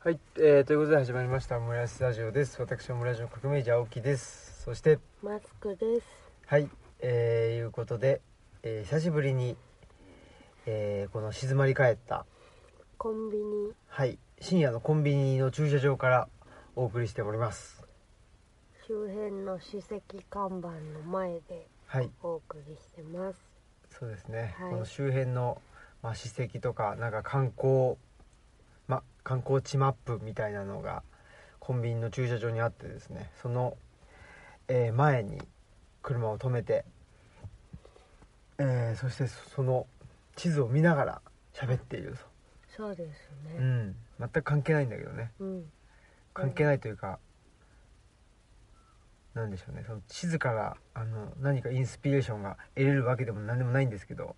はい、えー、ということで始まりましたオムライスラジオです私オムライスの革命児青木ですそしてマスクです。はいえー、いうことで、えー久しぶりに、えーこの静まり返ったコンビニはい深夜のコンビニの駐車場からお送りしております周辺の史跡看板の前ではいお送りしてます。そうですね、はいこの周辺の、まあ、史跡とかなんか観光、ま、観光地マップみたいなのがコンビニの駐車場にあってですねその、えー前に車を止めて、えーそしてそその地図を見ながら喋っているそうですと、うね。ん、全く関係ないんだけどねうん。関係ないというか、なんでしょうねその地図からあの何かインスピレーションが得れるわけでも何でもないんですけど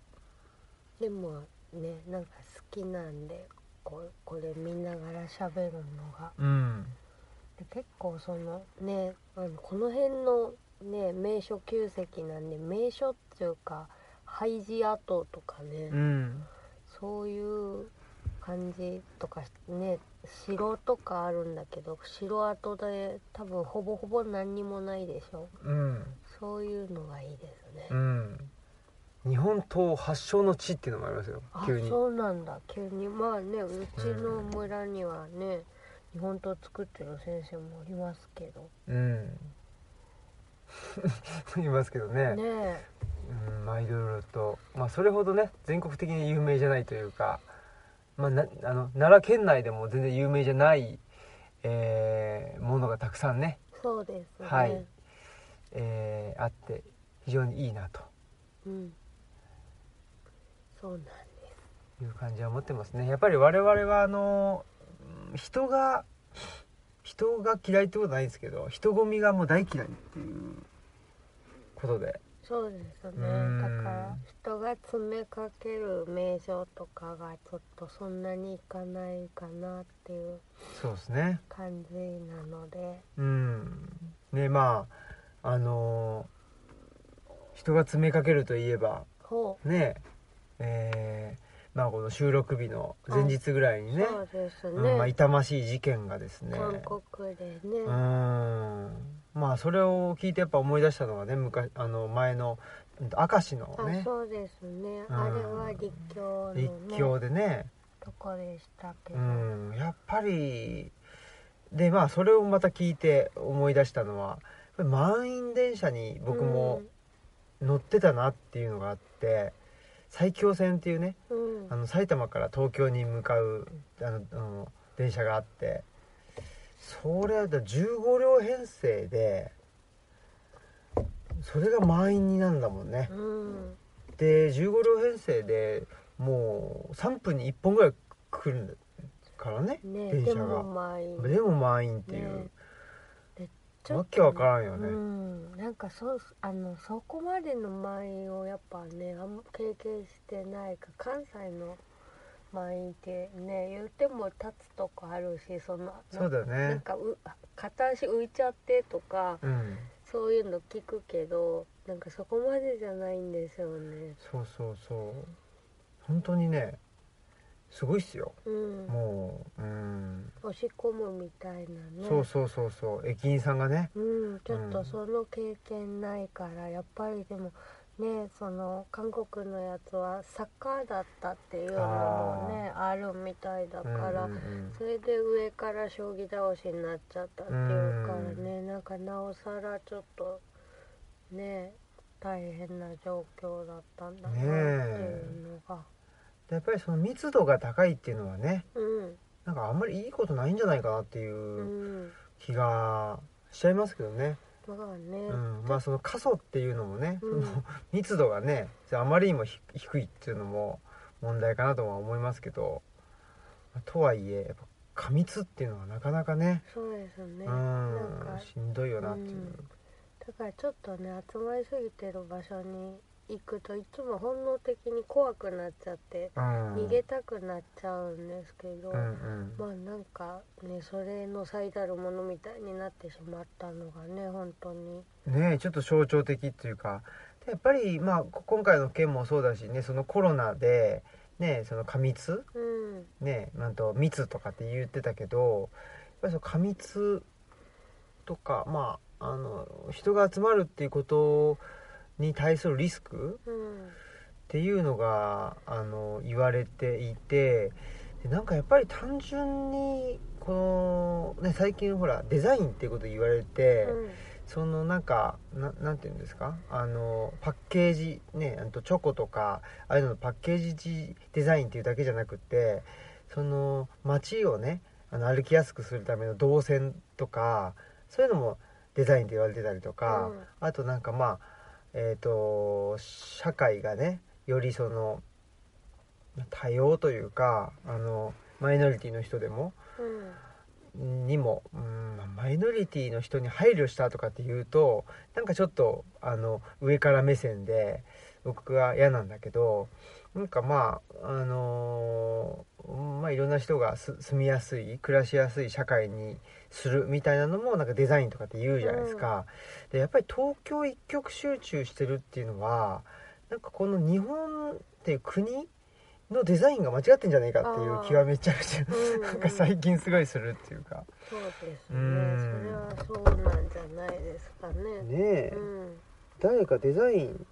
でもね、なんか好きなんで、ここれ見ながら喋るのが。うんで結構そのね、あのこの辺のね、名所旧跡なんで、名所っていうか、廃寺跡とかね、うんそういう感じとかね城とかあるんだけど城跡で多分ほぼほぼ何にもないでしょうんそういうのがいいですね、うん日本刀発祥の地っていうのもありますよあ急にそうなんだ急にまあねうちの村にはね、日本刀作ってる先生もおりますけどうん 言いますけどねねえうんまあいろいろとまあそれほどね全国的に有名じゃないというか、まあ、なあの奈良県内でも全然有名じゃない、えーものがたくさんね、そうですね、はい、えーあって非常にいいなとうんそうなんでいう感じは持ってますねやっぱり我々はあのうん人が人が嫌いってことはないですけど人混みがもう大嫌いっていうことですそうですねだうんから人が詰めかける名所とかがちょっとそんなにいかないかなっていうそうですね感じなのでうんねまああの人が詰めかけるといえばほ、ねえーまあこの収録日の前日ぐらいうにねそうですね、うんまあ、痛ましい事件がですね韓国でね、うーんまあそれを聞いてやっぱ思い出したのがね昔あの前のうんと明石のあねそうですね、うんあれは立教の、ね立、教でねとこでしたけうど、んやっぱりでまあそれをまた聞いて思い出したのはやっぱり満員電車に僕も乗ってたなっていうのがあって埼京線っていうねうん、うんあの埼玉から東京に向かうあのあの電車があってそれはだ15両編成でそれが満員になるんだもんねうんで15両編成でもう3分に1本ぐらい来るからねね電で車もがまあいいでも満員っていう、ねでちょわっとねけわからんよね、うん、なんかそあのそこまでの満員をやっぱねあんま経験してないか関西の満員ってね言っても立つとこあるしそのそうだよなんねかう片足浮いちゃってとかうんそういうの聞くけどなんかそこまでじゃないんですよね。そうそうそう本当にねすごいっすようん、もううん押し込むみたいなねそうそうそうそう駅員さんがねうん、ちょっうとんその経験ないから、やっぱりでもねその韓国のやつは坂だったっていうのもねあるみたいだから、うんうんうんそれで上から将棋倒しになっちゃったっていうからね、なんかなおさらちょっとね大変な状況だったんだなっていうのが、やっぱりその密度が高いっていうのはねうんなんかあんまりいいことないんじゃないかなってういうん気がしちゃいますけどね、だからね、うん、まあその過疎っていうのもね、うんその 密度がねあまりにもひ低いっていうのも問題かなとは思いますけどとはいえやっぱ過密っていうのはなかなかねそうですね、うなんんかしんどいよなっていう、だからちょっとね集まりすぎてる場所に行くといつも本能的に怖くなっちゃってうん逃げたくなっちゃうんですけど、うんうんまあなんかねそれの最たるものみたいになってしまったのがね本当にねえちょっと象徴的っていうかでやっぱり、まあ、こ今回の件もそうだしねそのコロナでねその過密うんねなんと密とかって言ってたけどやっぱりその過密とかまああの人が集まるっていうことに対するリスクうんっていうのがあの言われていてでなんかやっぱり単純にこの、ね、最近ほらデザインっていうこと言われて、うんそのなんかななんていうんですかあのパッケージねあとチョコとかああいうののパッケージデザインっていうだけじゃなくてその街をねあの歩きやすくするための動線とかそういうのもデザインって言われてたりとか、うんあとなんかまあえっ、と社会がねよりその多様というかあのマイノリティの人でもうんにも、うん、マイノリティの人に配慮したとかっていうとなんかちょっとあの上から目線で僕は嫌なんだけどなんかまああのーまあいろんな人がす住みやすい暮らしやすい社会にするみたいなのもなんかデザインとかって言うじゃないですか。でやっぱり東京一極集中してるっていうのはなんかこの日本っていう国のデザインが間違ってんじゃないかっていう気はめちゃくちゃうんなんか最近すごいするっていうかそうですうねんそれはそうなんじゃないですかねねえうん誰かデザイン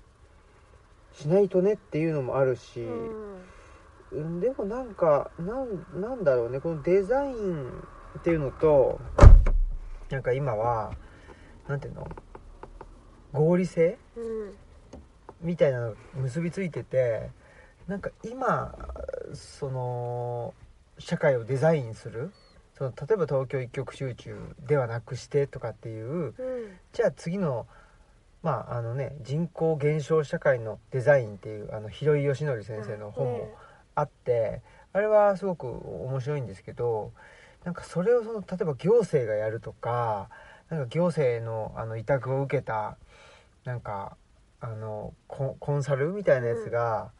しないとねっていうのもあるし、うんうんでもなんかなんなんだろうねこのデザインっていうのとなんか今はなんていうの合理性うんみたいなのが結びついててなんか今その社会をデザインするその例えば東京一極集中ではなくしてとかっていううんじゃあ次の,、まああのね、人口減少社会のデザインっていうあの広井義則先生の本もねあって、あれはすごく面白いんですけどなんかそれをその例えば行政がやるとかなんか行政のあの委託を受けたなんかあのコンコンサルみたいなやつが、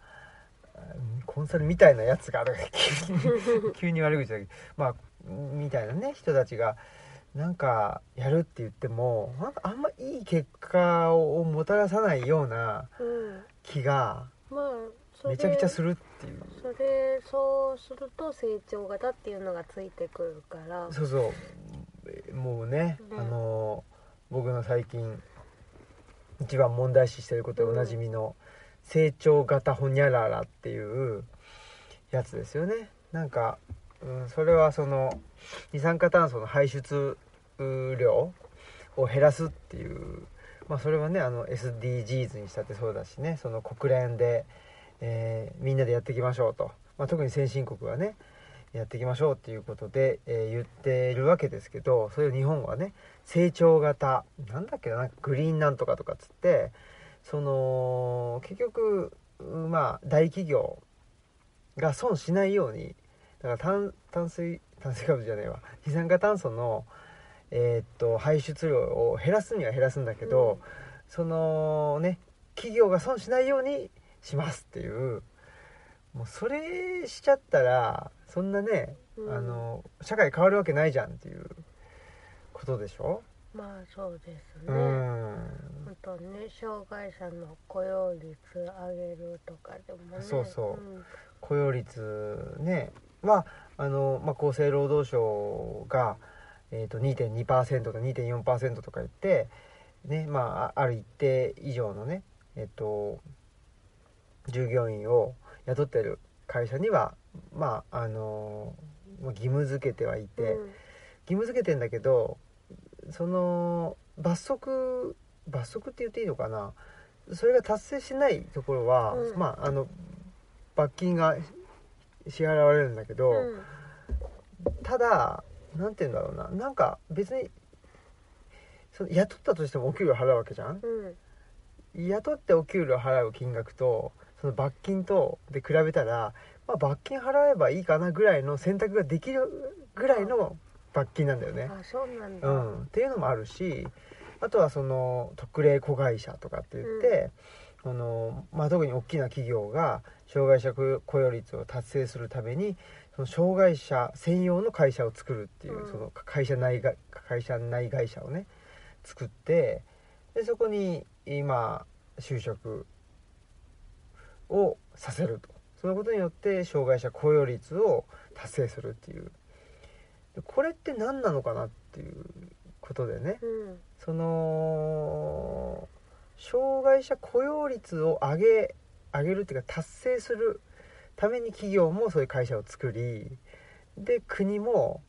うんコンサルみたいなやつがなんか急に急に悪口だけどまあみたいなね人たちがなんかやるって言ってもなんかあんまいい結果をもたらさないようなうん気がまあそれめちゃくちゃするっていうそれそうすると成長型っていうのがついてくるからそうそうもうね、ねあの僕の最近一番問題視してることでおなじみの「成長型ほにゃらら」っていうやつですよねなんか、うん、それはその二酸化炭素の排出う量を減らすっていう、まあ、それはねあの SDGs にしたってそうだしねその国連で、えーみんなでやっていきましょうと、まあ、特に先進国はねやっていきましょうっていうことで、えー言ってるわけですけどそれを日本はね成長型なんだっけななんかグリーンなんとかとかっつってその結局うんまあ大企業が損しないようにだから炭炭水炭水化物じゃないわ二酸化炭素の、えーっと排出量を減らすには減らすんだけど、うんそのね企業が損しないようにしますっていうもうそれしちゃったらそんなね、うんあの社会変わるわけないじゃんっていうことでしょ、まあそうですうね、んあとね障害者の雇用率上げるとかでもねそうそうん雇用率ねはあの、まあ、厚生労働省が、えー、と2.2%とか2.4%とか言って、ねまあ、あある一定以上のね、えっと従業員を雇ってる会社には、まあ、あのまあ義務付けてはいて、うん義務付けてんだけどその罰則罰則って言っていいのかなそれが達成しないところは、うんまああの罰金が支払われるんだけど、うんただなんて言うんだろうななんか別にその雇ったとしてもお給料払うわけじゃんうん雇ってお給料払う金額とその罰金とで比べたら、まあ、罰金払えばいいかなぐらいの選択ができるぐらいの罰金なんだよね。あそうなんだ、うん、っていうのもあるしあとはその特例子会社とかって言って、あのまあ、特に大きな企業が障害者雇用雇用率を達成するためにその障害者専用の会社を作るっていう、うんその会社内が会社内会社をね作ってでそこに今就職をさせるとそのことによって障害者雇用率を達成するっていうでこれって何なのかなっていうことでねうんその障害者雇用率を上げ上げるっていうか達成するために企業もそういう会社を作りで国も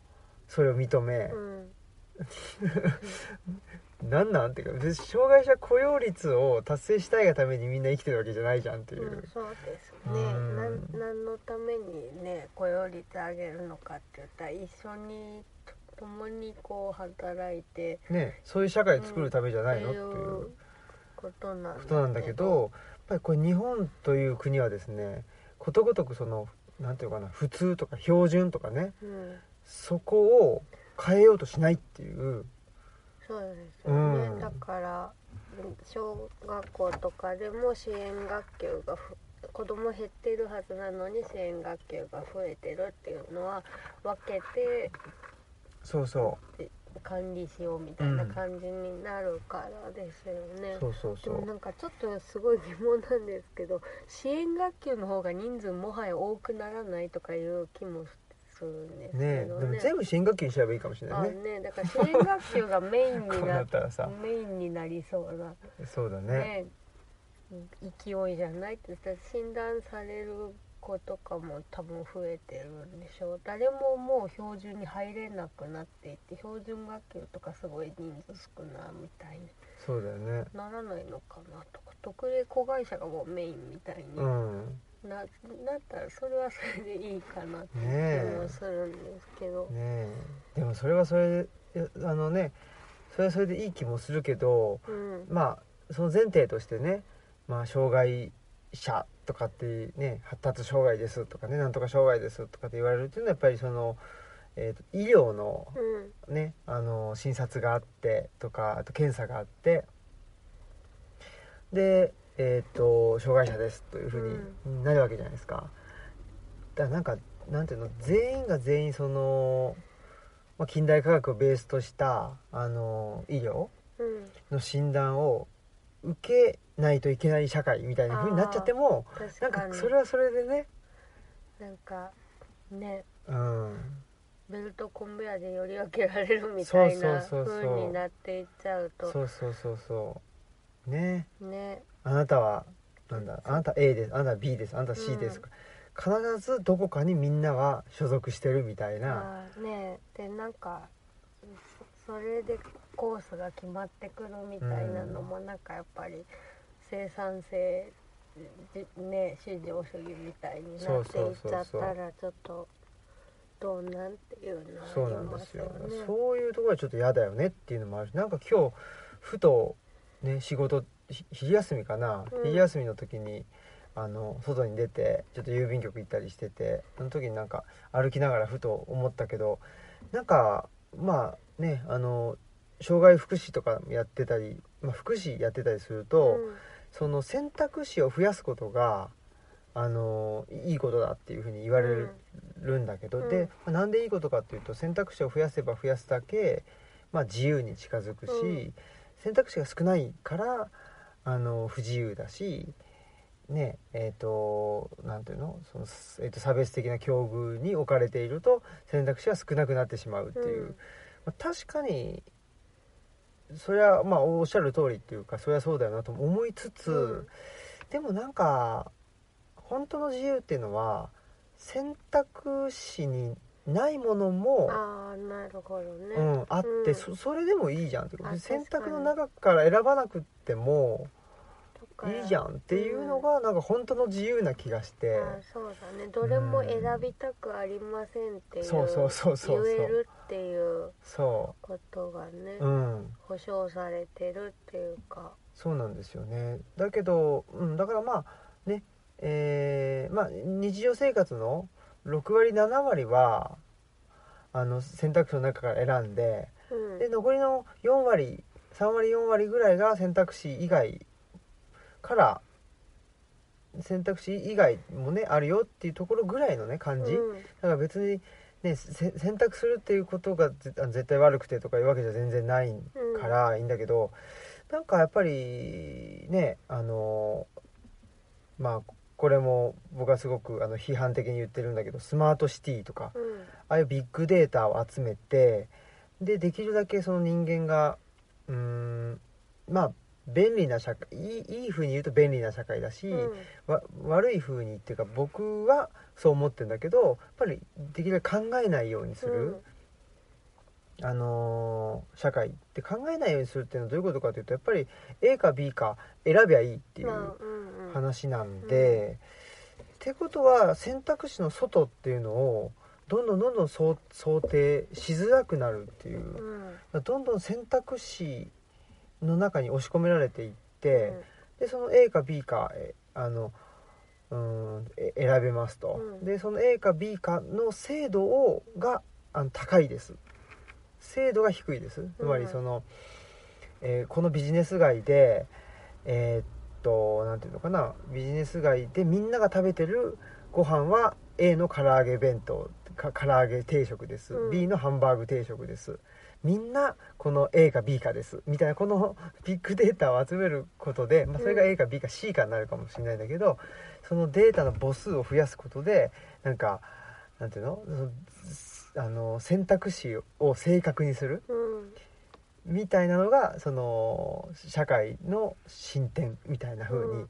それを認めう、んなんなんっていうか別に障害者雇用率を達成したいがためにみんな生きてるわけじゃないじゃんっていうう、んそうですねうんなん何のためにね雇用率上げるのかって言ったら一緒にと共にこう働いてねそういう社会を作るためじゃっなていいの、っていううことなんことなんだけどやっぱりこれ日本という国はですねことごとくそのなんていうのかな普通とか標準とかねうんそこを変えようとしないっていうそうですよね、うんだからうん小学校とかでも支援学級がふ子供減ってるはずなのに支援学級が増えてるっていうのは分けてそうそ管理しようみたいなうん感じになるからですよねう。そうそうでそもなうんかちょっとすごい疑問なんですけど支援学級の方が人数もはや多くならないとかいう気もするんですねけえどでも全部新学期にすればいいかもしれあないねねだから支援学級がメイン こうにななったらさメインになりそうなそうだねね勢いじゃないって言ったら診断される子とかも多分増えてるんでしょう誰ももう標準に入れなくなっていって標準学級とかすごい人数少ないみたいにそうだよねならないのかなとか特例子会社がもうメインみたいにうな,、んなったらそれはそれでいいかなっねて気えもするんですけど、ねえでもそれはそれであのねそれはそれでいい気もするけどうんまあその前提としてね、まあ、障害者とかってね発達障害ですとかねなんとか障害ですとかって言われるっていうのはやっぱりその、えーと医療のうんねあの診察があってとかあと検査があってでえっ、と障害者ですというふうになるわけじゃないですか。だからなんかなんていうの全員が全員その、まあ、近代科学をベースとしたあの医療うんの診断を受けないといけない社会みたいなふうになっちゃっても確かなんにかそれはそれでねなんかねうんベルトコンベヤーでより分けられるみたいなそうそうそうそう風になっていっちゃうとそうそうそうそうねねあなたはなんだあなた A ですあなた B ですあなた C です、必ずどこかにみんなが所属してるみたいな、あーねでなんかそれでコースが決まってくるみたいなのもなんかやっぱり生産性じね市場主義みたいになっていっちゃったらちょっとどうなんっていうのはそうあなりんまですすよよね。そういうところはちょっと嫌だよねっていうのもあるしなんか今日ふとね仕事ひ昼休みかな、うん昼休みの時にあの外に出てちょっと郵便局行ったりしててその時になんか歩きながらふと思ったけどなんかまあねあの障害福祉とかやってたり、まあ、福祉やってたりすると、うんその選択肢を増やすことがあのいいことだっていうふうに言われるんだけど、うんでまあなんでいいことかっていうと選択肢を増やせば増やすだけ、まあ、自由に近づくし、うん選択肢が少ないからあの不自由だし。ねえー、となんていうのその、えーと差別的な境遇に置かれていると選択肢が少なくなってしまうっていう、うんまあ確かにそれはまあおっしゃる通りっていうかそれはそうだよなとも思いつつ、うんでもなんか本当の自由っていうのは選択肢にないものも、ああなるほどね。うん、あって、うんそそれでもいいじゃんっていうかあ選確か択にの中から選ばなくってもとかいいじゃんっていうのがなんか本当の自由な気がして、あーそうだねどれも選びたくありませんっていう,、そうそうそうそう言えそうるっていうそことがね、ううん保証されてるっていうかそうなんですよねだけど、うん、だからまあねえーまあ日常生活の6割7割はあの選択肢の中から選んでうんで残りの4割3割4割ぐらいが選択肢以外から選択肢以外もねあるよっていうところぐらいのね感じ、うんだから別にねせ選択するっていうことがぜあ絶対悪くてとかいうわけじゃ全然ないからいいんだけど、なんかやっぱりねあのまあこれも僕はすごくあの批判的に言ってるんだけどスマートシティとかうんああいうビッグデータを集めてでできるだけその人間がうーんまあ便利な社会いいいい風に言うと便利な社会だし、うんわ悪い風にっていうか僕はそう思ってんだけどやっぱりできるだけ考えないようにする、あのー社会って考えないようにするっていうのはどういうことかというとやっぱり A か B か選べばいいっていまあううんうん話なんで、ってことは選択肢の外っていうのをどんどんどんどん想想定しづらくなるっていううだかんらどんどん選択肢の中に押し込められていって。うんでその A か B かえあのうーんえ選べますと、うんでその A か B かの精度をがあの高いです精度が低いですつまりその、えーこのビジネス街でえーっとなんていうのかなビジネス街でみんなが食べてるご飯は A の唐揚げ弁当か唐揚げ定食です、うん B のハンバーグ定食ですみんなこの A か B かですみたいなこのビッグデータを集めることで、まあ、それがうん A か B か C かになるかもしれないんだけどそのデータの母数を増やすことでなんかなんていうのそのすあの選択肢を正確にするうんみたいなのがその社会の進展みたいな風うにん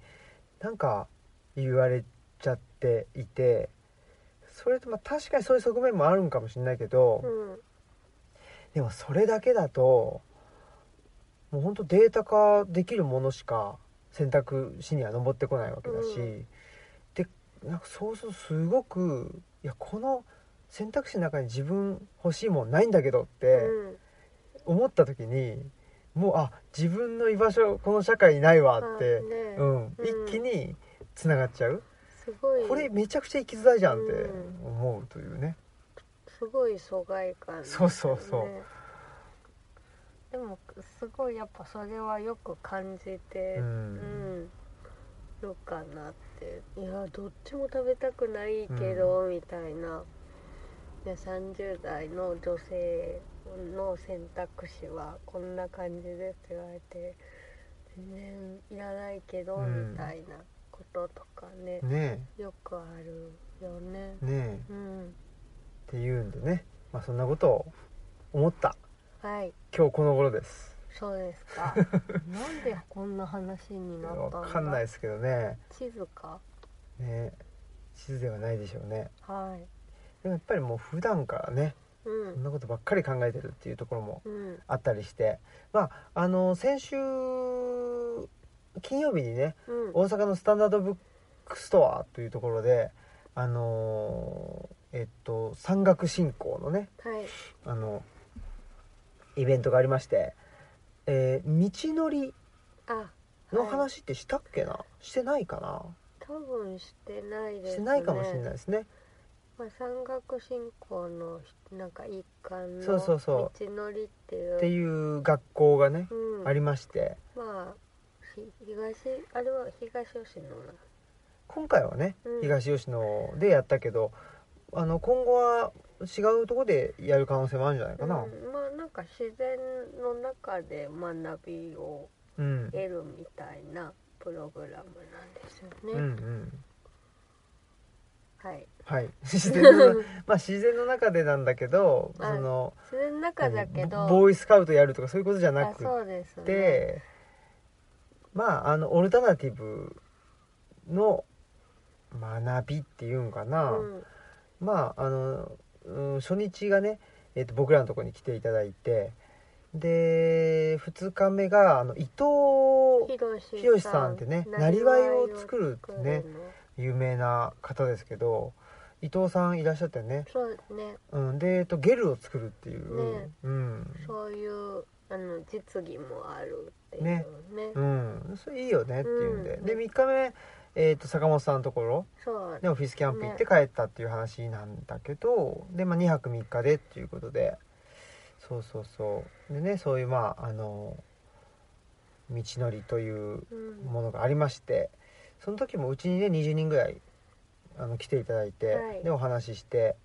なんか言われちゃっていてそれとまあ確かにそういう側面もあるんかもしれないけど。うんでもそれだけだともうほんとデータ化できるものしか選択肢には上ってこないわけだし、うんでなんかそうするとすごくいやこの選択肢の中に自分欲しいもんないんだけどってうん思った時に、もうあ自分の居場所この社会にないわあって、ねうんうん一気につながっちゃう、すごいこれめちゃくちゃ生きづらいじゃんってう思うというね。すごい疎外感ですよね、そうそうそうでもすごいやっぱそれはよく感じてううんんどうかなっていやどっちも食べたくないけど、みたいなで30代の女性の選択肢はこんな感じですって言われて全然いらないけど、うんみたいなこととかねねよくあるよね。えねえうん、っていうんでね、まあ、そんなことを思ったはい今日この頃ですそうです か。なんでこんな話になったんだ。わかんないですけどね地図か。ね地図ではないでしょうねはい。でもやっぱりもう普段からねうそんん。なことばっかり考えてるっていうところもうん。あったりしてまああの先週金曜日にねうん。大阪のスタンダードブックストアというところであのえっと山岳信仰のねはい。あのイベントがありまして、えー道のりあ。のはい、話ってしたっけな、してないかな、多分してないです、ね。してないかもしれない。ですねまあ、山岳信仰のひ、なんか一環の。そうそうそう道のりっていう。っていう学校がね、うん。ありましてまあ。ひ東、あれは東吉野な。今回はね、うん東吉野でやったけどあの今後は違うところでやる可能性もあるんじゃないかなうん、まあ、なんか自然の中で学びをうん、得るみたいな。プログラムなんですよね。うんうんはい。 はい自然のなまあ自然の中でなんだけどそはいのそれの中だけど、ボボーイスカウトやるとかそういうことじゃなあくてそうですねでまああのオルタナティブの学びっていうんかうな、んまああの、うん、初日がね、えっと僕らのとこに来ていただいてで2日目があの伊藤ひろしひろしさんってねなりわいを作る作るねの有名な方ですけど伊藤さんいらっしゃったよね、そうねうん、で、えっと、ゲルを作るっていう、ねうん、そういうあの実技もあるっていうねねうん、それいいよねっていうんで、うんで3日目、えっと坂本さんのところそうでオフィスキャンプ行って帰ったっていう話なんだけど、で、まあ、2泊3日でっていうことでそうそうそうでねそういうまああの道のりといううんものがありましてその時もうちにね20人ぐらいあの来ていただいて、はいでお話しして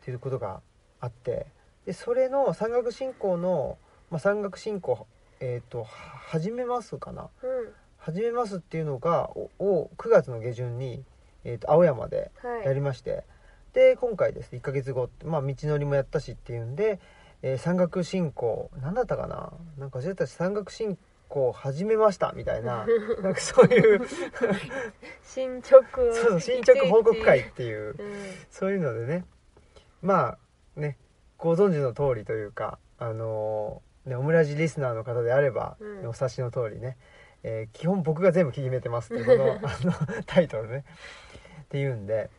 っていうことがあってでそれの山岳信仰の、まあ、山岳信仰えっ、とは始めますかなうん始めますっていうのがをを9月の下旬に、えー、と青山でやりまして、で今回ですね1ヶ月後って、まあ、道のりもやったしっていうんで、えー山岳信仰何だったかななんか忘れたし山岳信仰始めましたみたいな なんかそういう 進捗 をそうそう進捗報告会いっちいていうちうんそういうのでねまあねご存知の通りというかあのーねオムラジリスナーの方であれば、うんねお察しの通りね、えー基本僕が全部決めてますっていうこのあのタイトルねっていうんで、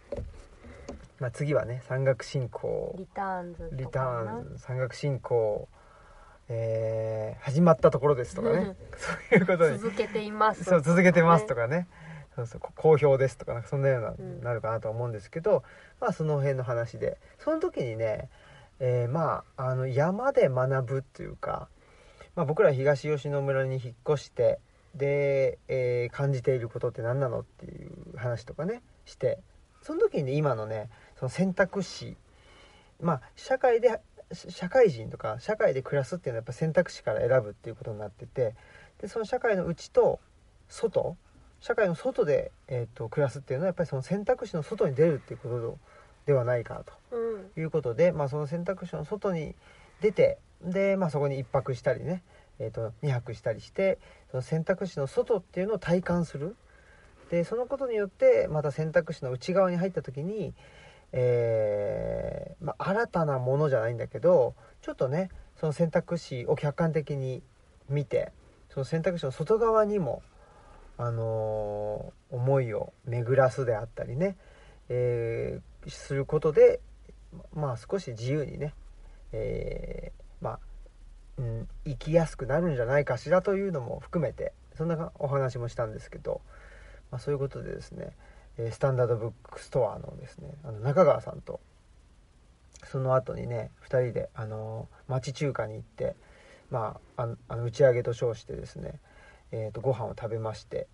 まあ、次はね山岳信仰リターンズリとタかかなーン山岳信仰えー始まったところですとかねそういう ことに続けていますそう続けてますとかねそうそうこ好評ですとかなんかそんなような、うんなるかなと思うんですけどまあその辺の話でその時にね、えーまああの山で学ぶっていうか、まあ、僕ら東吉野村に引っ越してで、えー感じていることって何なのっていう話とかねしてその時にね今のねその選択肢まあ社会でし社会人とか社会で暮らすっていうのはやっぱ選択肢から選ぶっていうことになっててでその社会の内と外社会の外で、えー、と暮らすっていうのはやっぱりその選択肢の外に出るっていうことではないかうんということで、まあ、その選択肢の外に出てで、まあ、そこに1泊したりね、えー、と2泊したりしてその選択肢の外っていうのを体感するでそのことによってまた選択肢の内側に入った時に、えーまあ、新たなものじゃないんだけどちょっとねその選択肢を客観的に見てその選択肢の外側にも、あのー思いを巡らすであったりね、えーすることでままあ少し自由にね、えーまあ、うん、生きやすくなるんじゃないかしらというのも含めてそんなお話もしたんですけど、まあ、そういうことでですね、えースタンダードブックストアのですねあの中川さんとその後にね2人で、あのー町中華に行って、まあ、あのあの打ち上げと称してですね、えー、とご飯を食べまして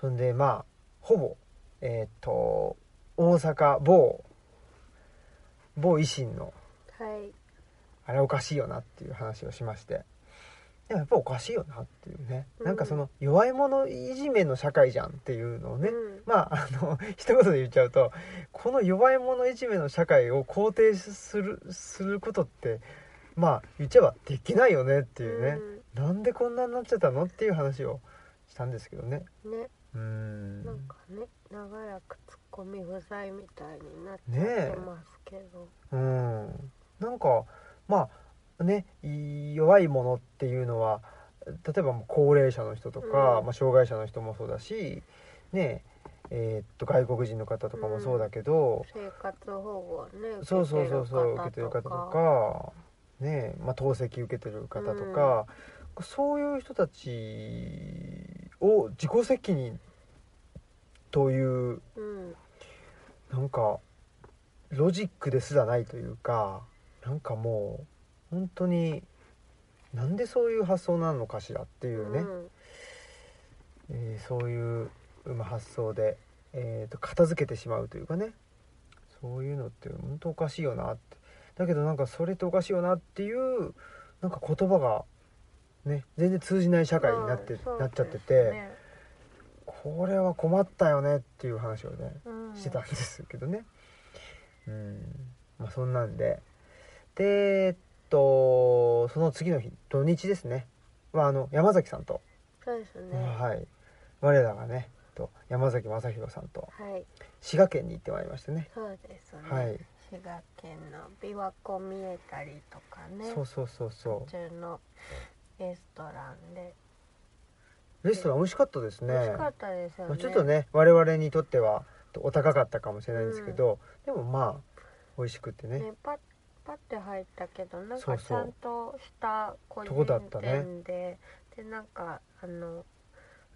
そんでまあほぼえっ、と大阪某某維新のはいあれおかしいよなっていう話をしましてでもやっぱおかしいよなっていうね、うんなんかその弱い者いじめの社会じゃんっていうのをね、うんまああの 一言で言っちゃうとこの弱い者いじめの社会を肯定するすることってまあ言っちゃえばできないよねっていうね、なんでこんなになっちゃったのっていう話をしたんですけどねうんねうーんなんかね長らくツッコミ不在みたいになっちゃってますけど、うんなんかまあねい弱いものっていうのは例えばもう高齢者の人とか、うんまあ、障害者の人もそうだしねえーっと外国人の方とかもそうだけど、生活保護をねそうそうそうそう受け受けててるる方と方とかかねえ、まあ、透析受けてる方とか、そういう人たちを自己責任といううんなんかロジックですらないというかなんかもう本当になんでそういう発想なのかしらっていうね、うんえーそういうまあ発想で、えーと片付けてしまうというかねそういうのって本当おかしいよなってだけどなんかそれっておかしいよなっていうなんか言葉がね全然通じない社会になって、まあなっちゃってそうでて、すねこれは困ったよねっていう話をね、うんしてたんですけどねうんまあそんなんででえっとその次の日土日ですねはあの山崎さんと、そうですねはい我らがねと山崎正弘さんとはい滋賀県に行ってまいりましてねそうですね、はい滋賀県の琵琶湖見えたりとかねそうそうそうそ途中のレストランで、うレストラン美味しかったですね美味しかったですよね、まあちょっとね我々にとってはお高かったかもしれないんですけど、でもまあ美味しくってねねパッパッて入ったけどなんそうかそちうゃんとした個人とこだったね店で、でなんかあの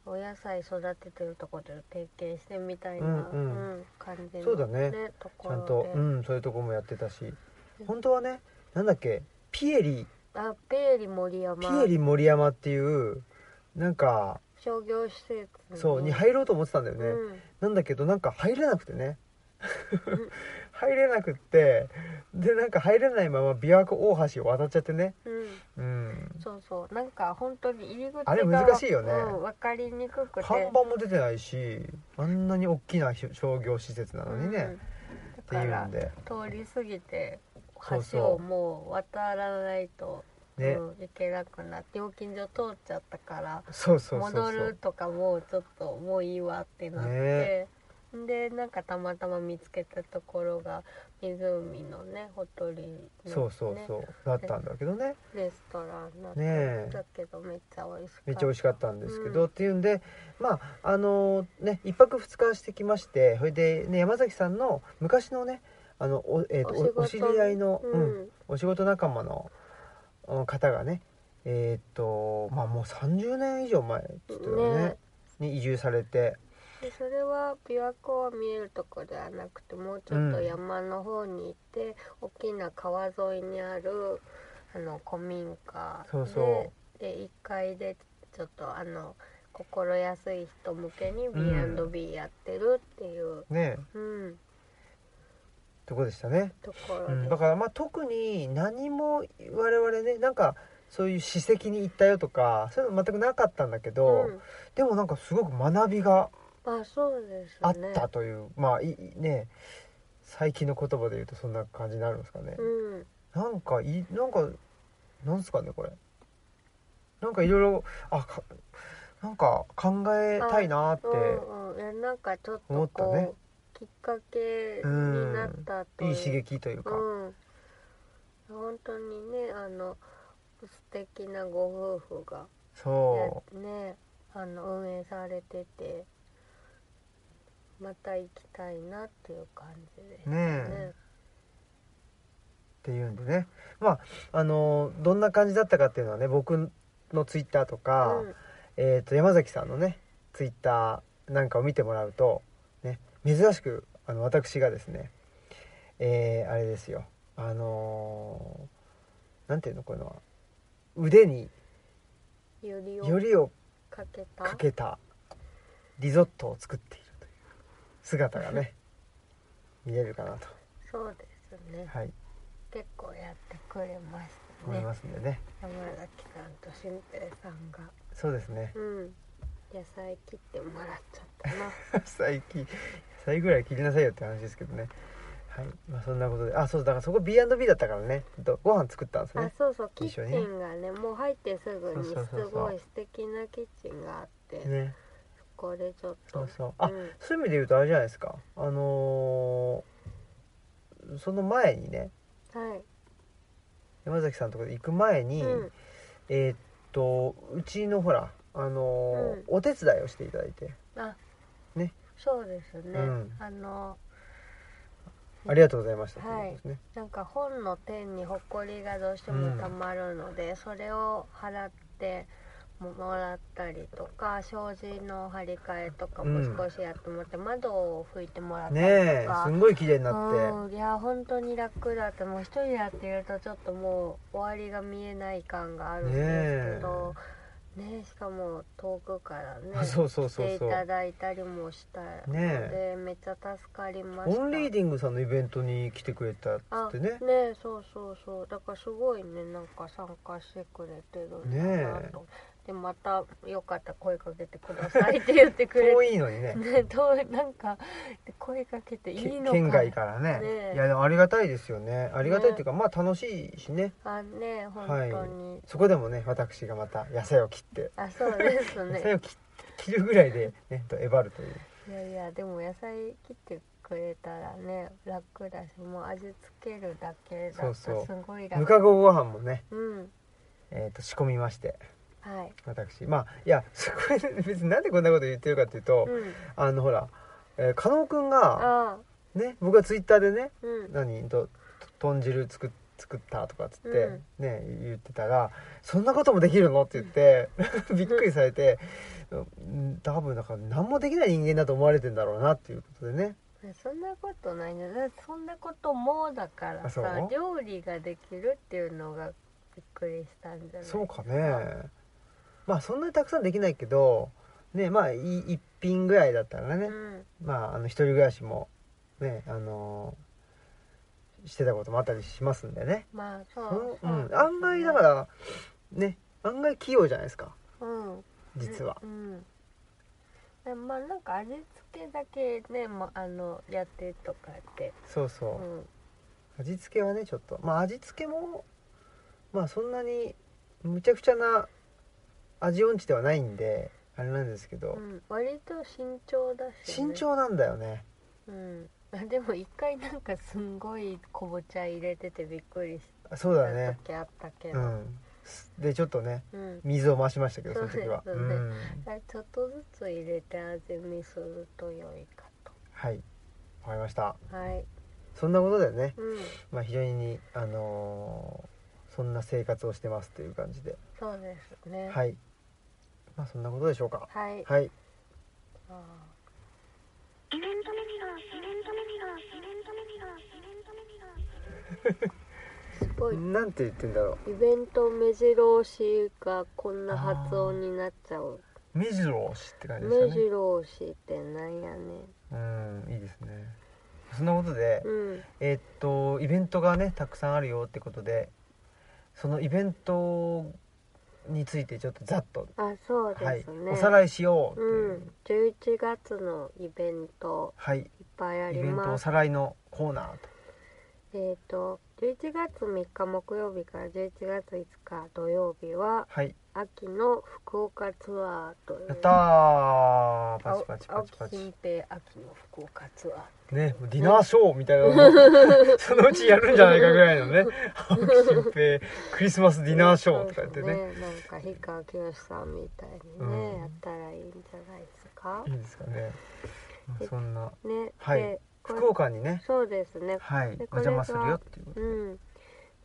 お野菜育ててるところで提携してみたいな、うんうんうん感じの、そうだねとこちゃんろとで、うんそういうとこもやってたし本当はねなんだっけピエリあペエリ森山ピエリ森山っていうなんか商業施設そうにる入ろうと思ってたんだよよね、なんだけどなんか入れなくてね 入れなくってでなんか入れないまま琵琶湖大橋を渡っちゃってねうんうんそうそうなんか本当に入り口があれ難しいよねうん、分かりにくくて看板も出てないしあんなに大きなひ商業施設なのにね、うん、だってかいうんらで通り過ぎてそうそう橋をもう渡らないとね、うん、いけなくなって料金所通っちゃったからそうそうそうそ戻るうとかもうちょっともういいわってなって、でなんかたまたま見つけたところが湖のねほとりの、ね、そうそうそう、だったんだけどねレストランになってねえだけどめっちゃ美味しかっためっちゃ美味しかったんですけど、うんっていうんでまああのね1泊2日してきましてそれで、ね、山崎さんの昔のねあのお,、えーとおお知り合いの、ううんんお仕事仲間のうん方がねえっ、とまあもう30年以上前っつってたよねねに移住されてでそれは琵琶湖は見えるとこではなくてもうちょっと山の方に行って、大きな川沿いにあるあの古民家でそうそで1階でちょっとあの心安い人向けにん B&B やってるっていう、ねうんとこでしたね、ところうで、ん、だからまあ特に何も我々ねなんかそういう史跡に行ったよとかそういうの全くなかったんだけど、うんでもなんかすごく学びがまあそうですねあったという、まあいいね最近の言葉で言うとそんな感じになるんですかね、うんなんかいなんかなんですかねこれなんかいろいろあかなんか考えたいなーって、うんうんいやなんかちょっ思とったこうねきっかけになったといういい刺激というか、うん、本当にねあの素敵なご夫婦がやそねあの運営されててまた行きたいなっていう感じですうねえっていうんでねまああのどんな感じだったかっていうのはね僕のツイッターとか、えー、と山崎さんのねツイッターなんかを見てもらうと、ね、珍しくあの私がですねえーあれですよあのーなんていうのこういうのは腕にうん、よりをよりをかけたかけたリゾットを作っているという姿が ね見れるかなと、そうですねはい、結構やってくれました思いねますんでね山崎さんと新平さんがそうですねうん野菜切ってもらっちゃったな 最近最ぐらい切りなさいよって話ですけどねはいまあそんなことであそうだからそこ B&B だったからねとご飯作ったんですあねそうそうキ一緒ッにチねンがねもう入ってすぐにそうすそうそうそうごい素敵なキッチンがあってねそこでちょっとそうそうあんそういう意味で言うとあれじゃないですかあのーその前にねはい山崎さんのところ行く前に、うんえーっとうちのほらあのーうんお手伝いをしていただいてあねそうですね、うんあのありがとうございました、はいとうことですねなんか本の点にほこりがどうしてもたまるので、それを払ってもらったりとか障子の張り替えとかも少しやってもらって、窓を拭いてもらったりねとえか、すんごい綺麗になって、うん、いや本当に楽だったもう一人でやってるとちょっともう終わりが見えない感があるんですけどねえしかも遠くからねあそうそうそう来てそういただいたりもしたので、ねめっちゃ助かりましたオンリーディングさんのイベントに来てくれたっつあってねねえそうそうそうだからすごいねなんか参加してくれてるんだなと、でまたよかったら声かけてくださいって言ってくれ遠ていのにねね遠いなんか声かけていけいのか県外からねねえいやでもありがたいですよねありがたいっていうか、まあ楽しいしねあね本はい当に、そこでもね私がまた野菜を切ってあそうです野菜ねを切切るぐらいで、ね、とえばるといういやいやでも野菜切ってくれたらね楽だしもう味付けるだけだとすそうそうごい楽ぬかごご飯もね、うんえー、と仕込みましてはい私まあいやそこで別になんでこんなこと言ってるかっていうと、うんあのほら、えー、加納くんがああね僕がツイッターでねうん何とと豚汁作っ作ったとかっつって、うんね言ってたら「そんなこともできるの?」って言って びっくりされてうん多分だから何もできない人間だと思われてんだろうなっていうことでねそんなことないねだってそんなこともだからあそうさ料理ができるっていうのがびっくりしたんじゃないそうかねまあそんなにたくさんできないけどねまあい一品ぐらいだったらね、うんまああの一人暮らしもねあのしてたこともあったりしますんでねまあそううんそううん、案外だからね案外器用じゃないですかうん実は、うんでまあなんか味付けだけねもうあのやってとかってそうそうう、ん味付けはねちょっとまあ味付けもまあそんなにむちゃくちゃな味音痴ではないんであれなんですけど、うん割と慎重だし、ね、慎重なんだよねうんあでも一回なんかすんごいこぼちゃ入れててびっくりしあそうだたね時あったけうどんでちょっとねうん、水を回しましたけどそそのう時は、そううねん、あちょっとずつ入れて味見すると良いかはいわかりましたとはいそんなことでね、うんまあ、非常にあのーそんな生活をしてますという感じでそうですねはいまあそんなことでしょうかはい、はいあーすごいなんて言ってんだろイベント目白押しがこんな発音になっちゃう。う目白押しって感じですよ目ね白押しってなんやねん。うんいいですねそんなことで、うん。えーっとイベントがねたくさんあるよってことでそのイベントについてちょっとざっと、あ、そうはでいすね。おさらいしようっていうう、ん。11月のイベントはいいっぱいあイりベントまおす。さらいのコーナーとえっ、と11月3日木曜日から11月5日土曜日ははい秋の福岡ツアーという。やったーパチパチパチパ青木チ新平秋の福岡ツアー。ねもうディナーショーみたいな のそのうちやるんじゃないかぐらいのね青木新平クリスマスディナーショーとか言ってねそうですねなんか氷川きよしさんみたいにね、うんやったらいいんじゃないですかいいですかね、まあそんなね、はいでこれ福岡にねそうですねはいでお邪魔するよっていうことうで、ん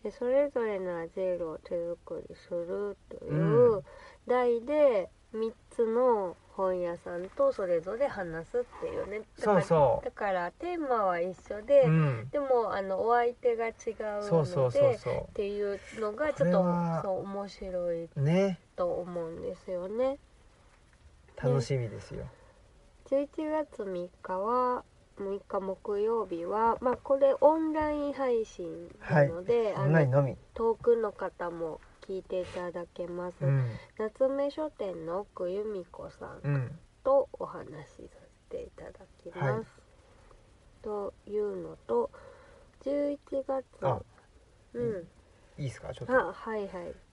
でそれぞれのアジェールを手作りするというんう題で3つの本屋さんとそれぞれ話すっていうねだかそうらそうだからテーマは一緒で、うん、でもあのお相手が違うそうそのうそうでそっていうのがちこょっれとはそう面白いうねと思うんですよね。楽しみですよ、 11月3日は6日木曜日は、まあ、これオンライン配信なので、オンライあンののみ、遠くの方も聞いていただけます、うん夏目書店の奥由美子さんうん、とお話しさせていただきます、はいというのと11月あうんいいですかちょっとあはいはい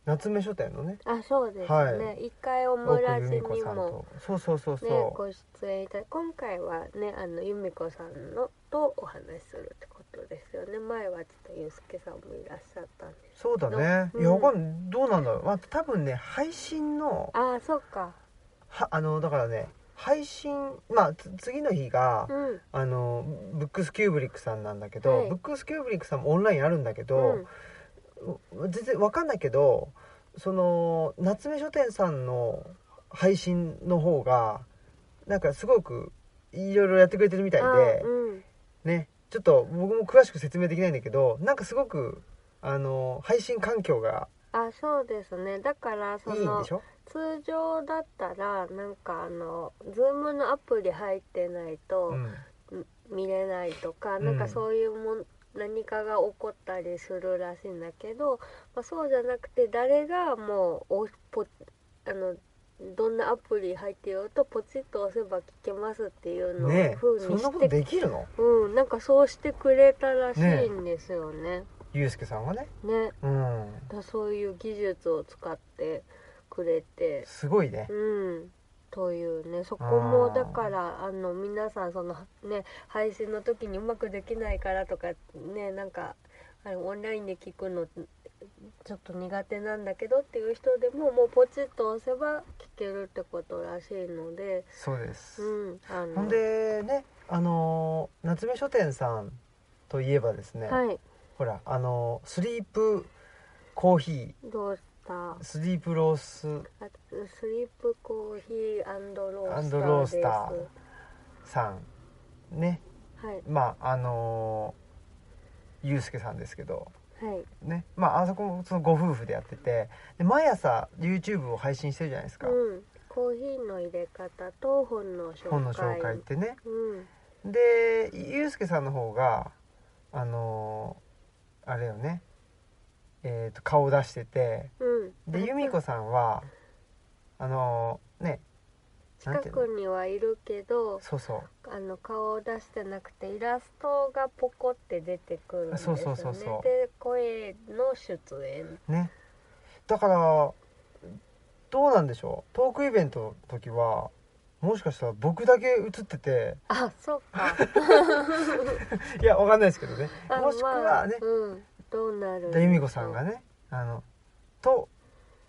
夏目書店のねあそうですね、は一回オム奥ラ由ジ美子にさんもとそうそうそうそう、ね、ご出演いた今回はねあの由美子さんのとお話しするってことですよね前はちょっとゆうすけさんもいらっしゃったんですそうだね、うんいやわかんないどうなんだろう、まあ、多分ね配信のああそっかはあのだからね配信まあつ次の日が、うんあのブックスキューブリックさんなんだけど、はいブックスキューブリックさんもオンラインあるんだけうどん、う全然わかんないけどその夏目書店さんの配信の方がなんかすごくいろいろやってくれてるみたいあでー、うんねちょっと僕も詳しく説明できないんだけどなんかすごくあの配信環境があそうですねだからそいいんのでしょ通常だったらなんかあのズームのアプリ入ってないとうんみ見れないとか、うんなんかそういうもん何かが起こったりするらしいんだけど、まあ、そうじゃなくて誰がもうおポあのどんなアプリ入ってようとポチッと押せば聞けますっていうのねを風えそにんなしこて、とできるのうんなんかそうしてくれたらしいんですよね。ゆうすけさんはね、ねうん、だそういう技術を使ってくれてすごいねうん、というねそこもあーだからあの皆さんそのね配信の時にうまくできないからとかねなんかあれオンラインで聞くのちょっと苦手なんだけどっていう人でももうポチッと押せば聞けるってことらしいので、そうです、うん、あのほんでねあのー夏目書店さんといえばですね、はいほらあのースリープコーヒーどうしたスリープロースあスリープコーヒーロアーンスドタローーですスターさんねはいまああのー、ゆうすけさんですけどはいねまああそこもそのご夫婦でやっててで毎朝 YouTube を配信してるじゃないですか、うんコーヒーの入れ方と本の紹介本の紹介ってねうんでゆうすけさんの方があのーあれよね、えー、と顔を出しててうんで由美子さんはあのねなん近ていうのくにはいるけどそうそうあの顔を出してなくてイラストがポコって出てくるんですよねそうそうそうそうで声の出演ねだからどうなんでしょうトークイベントの時はもしかしたら僕だけ映っててあそうかいやわかんないですけどね あもしくまあはねうん、どうなるで由美子さんがねあのと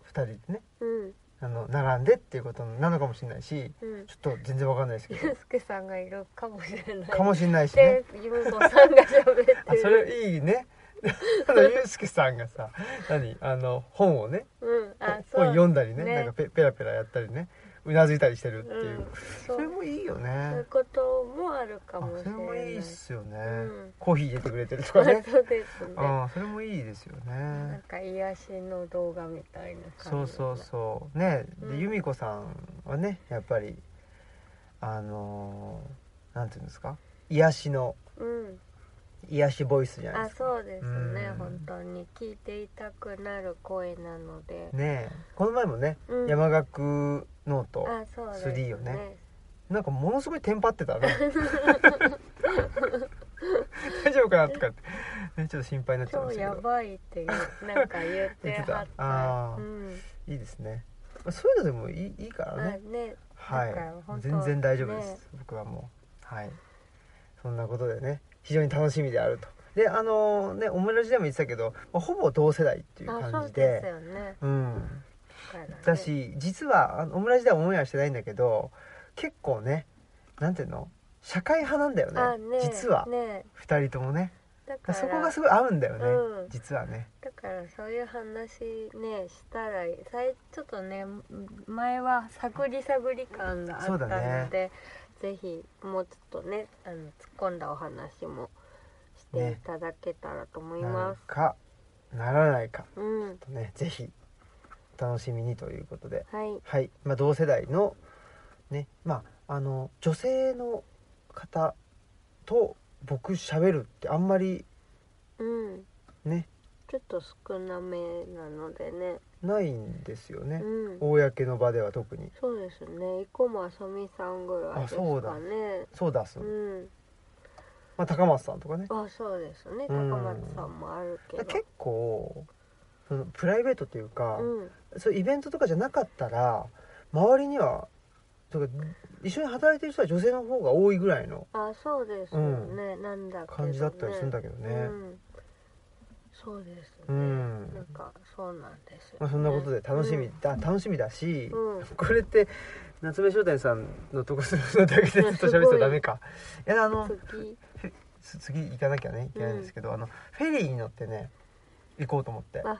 2人でね うんあの並んでっていうことなのかもしれないしうんちょっと全然わかんないですけ ゆうすけさんがいるかもしれないどかもしれないしねでゆうこさんが喋ってるあそれいいね あのゆうすけさんがさ何あの本をねうんあそう本読んだりねねなんかペペラペラやったりねうなずいたりしてるっていう、うん、そそうれもいいよそういねうこともあるかあもしそれれないもいいっすよね、んコーヒー入れてくれてるとかね そうですねあそれもいいですよなねんか癒しの動画みたいなそ感うじそうそうねうでん由美子さんはねやっぱりあのーなんていうんですか癒しのううん癒しボイスじゃないあですかそうですね、うん本当に聞いていたくなる声なので、ねえこの前もね、うん山岳ノートあそうです3よねなんかものすごいテンパって たね大丈夫かなとかって、ね、ちょっと心配になっちゃい超ましたやけばいっていうなんか言って言ってたはったあーうん、どいいですねまあそういうのでもいいいいからねあねはいだから本当全然大丈夫です、ね僕はもうはいそんなことでね非常に楽しみであるとであのねオムラジでも言ってたけど、まあ、ほぼ同世代っていうあそ感うじでですよねうんからねだし実はあのオムラジではオンエアしてないんだけど結構ねなんていうの社会派なんだあよねね実はね2人ともねだかだらからそこがすごい合うんだよね、うん実はねだからそういう話ねしたらさいちょっとね前は探り探り感があったのそうだで、ぜひもうちょっとねあの突っ込んだお話もしていただけたらと思いなまるす。かならないかうんとねぜひお楽しみにということではいはい、まあ、同世代のねまああの女性の方と僕喋るってあんまりうんねちょっと少なめなのでねないんですよね、うん公の場では特にそうですね生駒あさみさんぐらいですあそうだかねそうだっす、うんまあ、高松さんとかねあそうですねう高ん松さんもあるけど結構そのプライベートというか、うんそういうイベントとかじゃなかったら周りにはとか一緒に働いてる人は女性の方が多いぐらいのあそうですよね、なんだけど、ね、感じだったりするんだけどねうん、そうですね、うんなんかそうなんですよね、まあ、そんなことで楽しみうんだ、楽しみだし、うんこれって夏目商店さんのとこするのだけでずっと喋ってたらダメかいやあの次つ次行かなきゃねいけないんですけど、あのフェリーに乗ってね行こうと思ってあは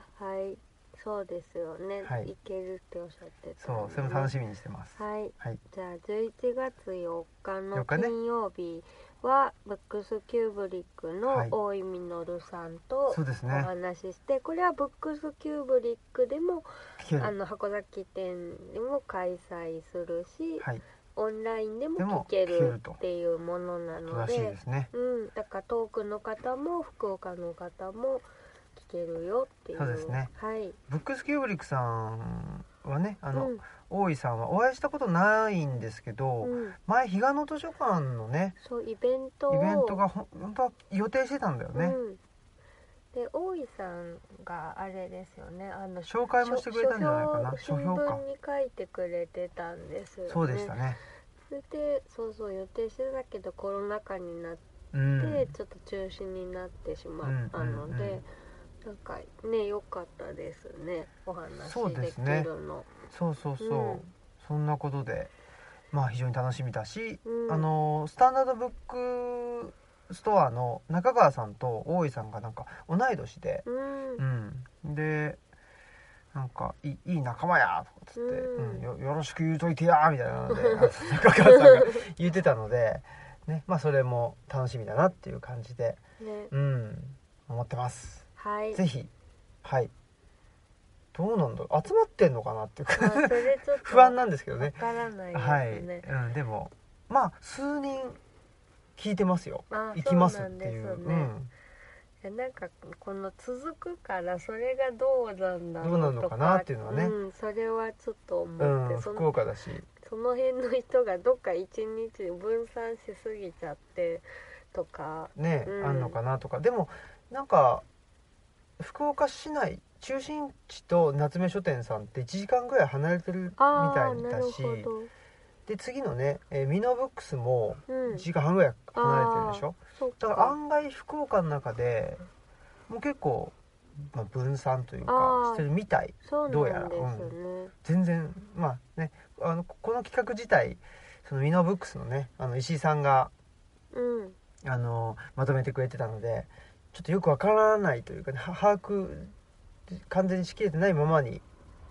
いそうですよね、はい行けるっておっしゃってたそうそれも楽しみみにしてますはいはいじゃあ11月4日4の日ね金曜日は、ブックスキューブリックのはい大井実さんとそうですおね話しして、これはブックスキューブリックでも聞けるあの函館店でも開催するし、はいオンラインででもも聞け聞けるるとっていうものなの正しいでですねうん、だから遠くの方も福岡の方も聞けるよっていうそうですねはい、ブックスキューブリックさんはねあの、うん大井さんはお会いしたことないんですけど、うん、前比嘉野図書館のねそうイベントをイベントがほん本当は予定してたんだよね、うん、で大井さんがあれですよねあの紹介もしてくれたんじゃないかな書書評評か新聞に書いてくれてたんですよねそうでしたねそれでそうそう予定してたけどコロナ禍になってうんでちょっと中止になってしまったので、うんうんなんかね良かったですねお話そうでですきねるのそうそうそう、うんそんなことでまあ非常に楽しみだし、うんあのスタンダードブックストアの中川さんと大井さんがなんか同い年で、うん、うん、でなんかいい「いい仲間や」とかっつって、うんうんよ「よろしく言うといてや」みたいなのであの中川さんが言ってたので、ねまあ、それも楽しみだなっていう感じで、ねうん、思ってます。はいぜひはいどうなんだろう集まってんのかなっていうまあかそれちょっ と不安なんですけどねわからないはい、ですね、うん、でもまあ数人聞いてますよあ行きますっていうそうなんですうねんやなんかこの続くからそれがどうなんだろうどうなのかなっていうのはねうん、それはちょっとう思って、んそ福の岡だしその辺の人がどっか一日で分散しすぎちゃってとかね、うんあんのかなとかでもなんか福岡市内中心地と夏目書店さんって1時間ぐらい離れてるみあたあいなだるしほど、で次のね、えーミノブックスもう1ん、時間半ぐらい離れてるでしょ、そうだから案外福岡の中でもう結構、まあ、分散というかあーしてるみたいそうどうやらなんですよね、全然まあねあのここの企画自体そのミノブックスのねあの石井さんがうんあのまとめてくれてたのでちょっとよくわからないというか、ね、は把握完全にしきれてないままに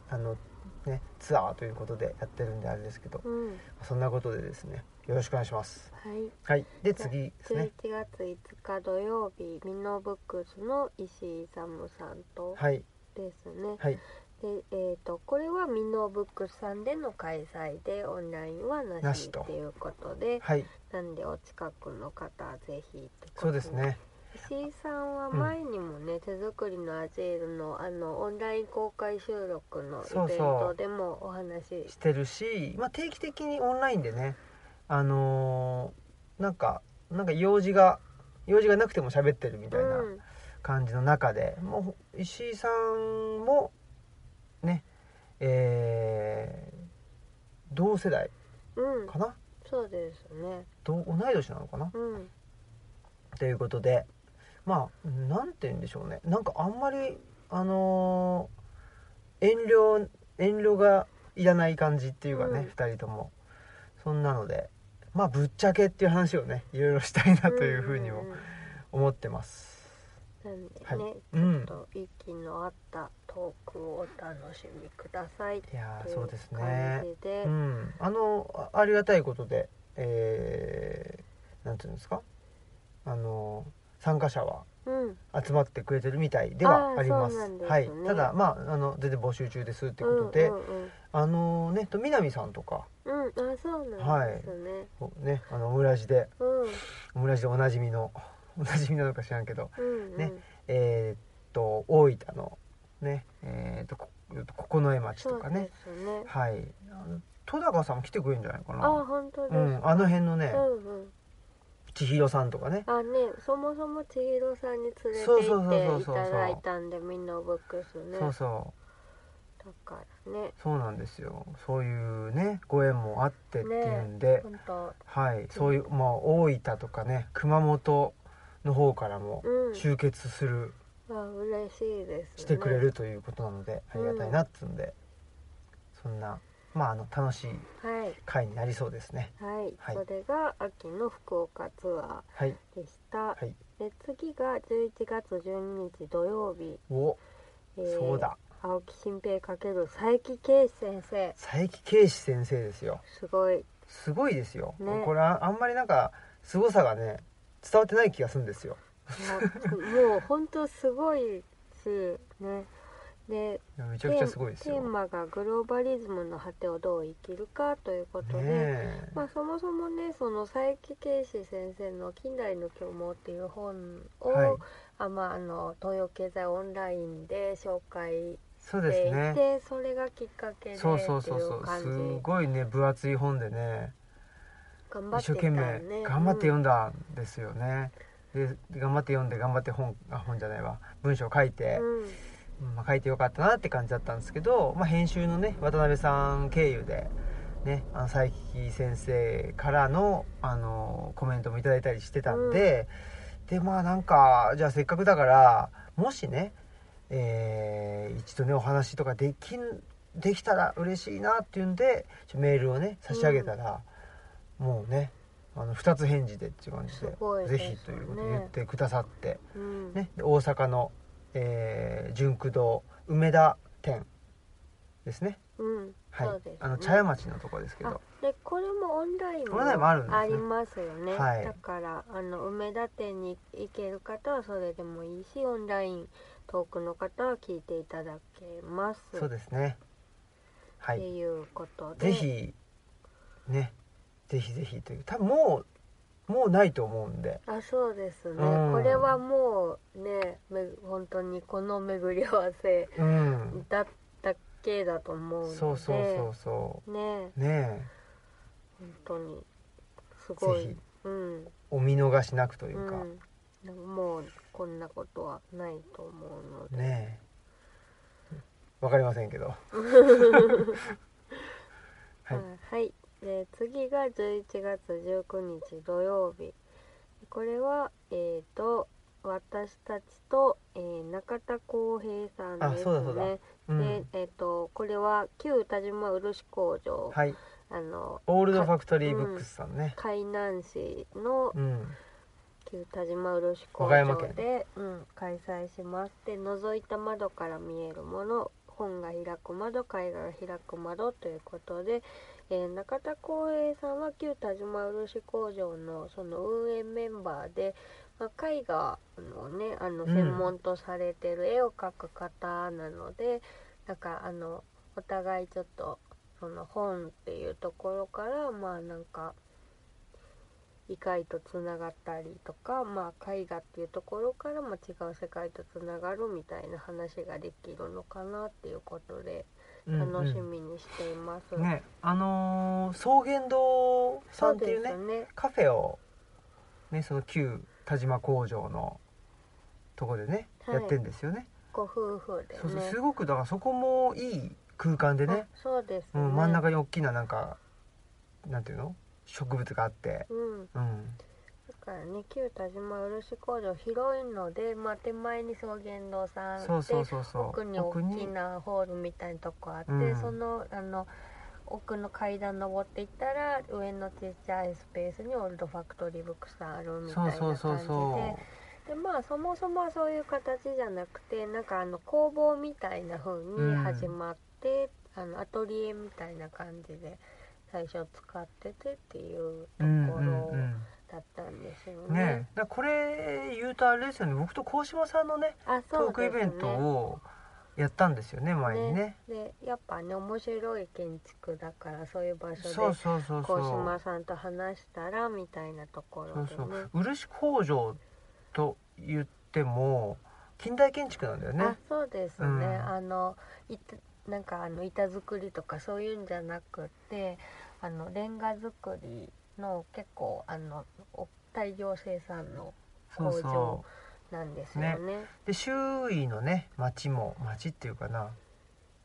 あの、ね、ツアーということでやってるんであれですけどうんそんなことでですねよろしくお願いします。はいはい、で次です11ね。月5日土曜日ミノブックスの石井勇さんとはいですね、はいでえー、とこれはミノブックスさんでの開催でオンラインはななししとっていうことではいなんでお近くの方はぜひってことそうですね。石井さんは前にもね、手作りのアジールのあのオンライン公開収録のイベントでもお話ししてるし、まあ、定期的にオンラインでねあのーなんかなんか用事が用事がなくても喋ってるみたいなうん感じの中で、もう石井さんもねえー同世代うん、かなそうですね同同い年なのかなうんということでまあなんて言うんでしょうねなんかあんまりあのー遠慮遠慮がいらない感じっていうかね、うん2人ともそんなのでまあぶっちゃけっていう話をねいろいろしたいなというふうにもんんうん思ってます、なんでね、はいちうょんっと息の合ったトークをお楽しみくださいいやとーいそううです感ねじで、うん、あのあありがたいことで、えーなんていうんですかあの参加者はうん、集まってくれてるみたいではあーありまそうすなんですねはい、ただまああの全然募集中ですってことで、うんうんあのねと南さんとか、うん、うん、あそうなんですね、ね、あのオムラジでうんオムラジでおなじみの おなじみなのか知らんけどうんうんねえーっと大分のねえーっとこ九重町そとうかでねすねはいあの戸高さんも来てくれるんじゃないかあな本当ですうか、ん、あの辺のね、うんうん千尋さんとかねあね、そもそも千尋さんに連れてそうそうそうそ行っうていそたうだいたんでみんなブックスねそうそうだからねそうなんですよそういうねご縁もあってっていうんで、本当はいそういう、まあ、大分とかね熊本の方からもうん集結する、わ嬉しいです、ね、してくれるということなのでありがたいなっつうんで、そんなまああの楽しいはい回になりそうですねはい、はいそれが秋の福岡ツアはいーでした、はいで次が11月12日土曜日、お、えーそうだ青木新平かける佐伯圭司先生佐伯啓史先生ですよすごいすごいですよ、ねこれああんまりなんか凄さがね伝わってない気がするんですよいやもう 本当すごいしねでいやめちテゃくちゃーすごいですテよーマがグローバリズムの果てをどう生きるかということで、ねえまあ、そもそもねその佐伯啓司先生の「近代の教網」っていう本を、はいあまあ、あの東洋経済オンラインで紹介そうしでていすて、ねそれがきっかけでっていそうそうそうそうう感すじごいね分厚い本でね頑張っ一て生た懸命ね頑張って読うんんだんですよね、で頑張って読んで頑張って本あ本じゃないわ文章を書いて、うんまあ、書いてよかったなって感じだったんですけど、まあ、編集のね渡辺さん経由で、ね、あの佐伯先生からのあのコメントもいただいたりしてたんで、でまあなんかじゃあせっかくだからもしね、えー一度ねお話とかできんできたら嬉しいなっていうんでちょメールをね差し上げたら、もうねあの2つ返事でっていう感じすごいでですぜねひということで言ってくださって。うんね、で大阪の、えー、純駆堂梅田店ですね,、うんはいそうですねあの茶屋町のところですけどあでこれもオンラインオンラインもあるんですねありますよね、はいだからあの梅田店に行ける方はそれでもいいしオンライン遠くの方は聞いていただけますそうですねはっていいうことでぜひねぜひぜひという多分もうもうないと思うんであそうですね、うんこれはもうねめ本当にこの巡り合わせうんだったけだと思うのでそうそうそうそねうね本当にすえごぜひい、うんお見逃しなくといううか、ん、でももうこんなことはないと思うので、ねえわかりませんけどははいい、はい、で次が11月19日土曜日これはえー、と私たちと、えー中田浩平さんあですそうだそうだねうでん、えー、とこれは旧田島漆工場、はいあのオールドファクトリーブックスさんね海南市のうん旧田島漆工和歌山場県で、うん、開催しますで覗いた窓から見えるもの本が開く窓絵画が開く窓ということで、えー中田光栄さんは旧田島漆工場のその運営メンバーで、まあ、絵画のねあのうん専門とされてる絵を描く方なので、なんかあのお互いちょっとその本っていうところからまあなんか異界とつながったりとか、まあ、絵画っていうところからも違う世界とつながるみたいな話ができるのかなっていうことでうんうん楽しみにしています。ねあのー草原堂さそんっていうねですねカフェをねその旧田島工場のとこでね、はいやってんですよねご夫婦でね。そうそうすごくだからそこもいい空間でねあ、そうですね。うん、真ん中に大きななんかなんていうの植物があってうんうんだからね旧田島漆工場広いので、まあ、手前に草原堂さんでそうそうそうそう奥に大きなホールみたいなとこあって、うんそのあの奥の階段登っていったら上のちっちゃいスペースにオールドファクトリーブックスさんあるみたいそうなそ感うじそうそででまあそもそもはそういう形じゃなくてなんかあの工房みたいな風に始まって、あのアトリエみたいな感じで最初使っててっていうううとんこうろんうんだったんですよねだからこれ言うとあれですよね僕と鴻島さんのねあそトーうクイですベントねをやったんですよね前にねでやっぱね面白い建築だからそういう場そ所うでそうそうそう鴻島さんと話したらみたいなとこそろうでそねう漆工場と言っても近代建築なんだよねあそうですね、うんあのいたなんかあの板作りとかそういうんじゃなくてあのレンガ作りの結構あのお大量生産のそう工場そなんですよねうで周囲のね町も町っていうかな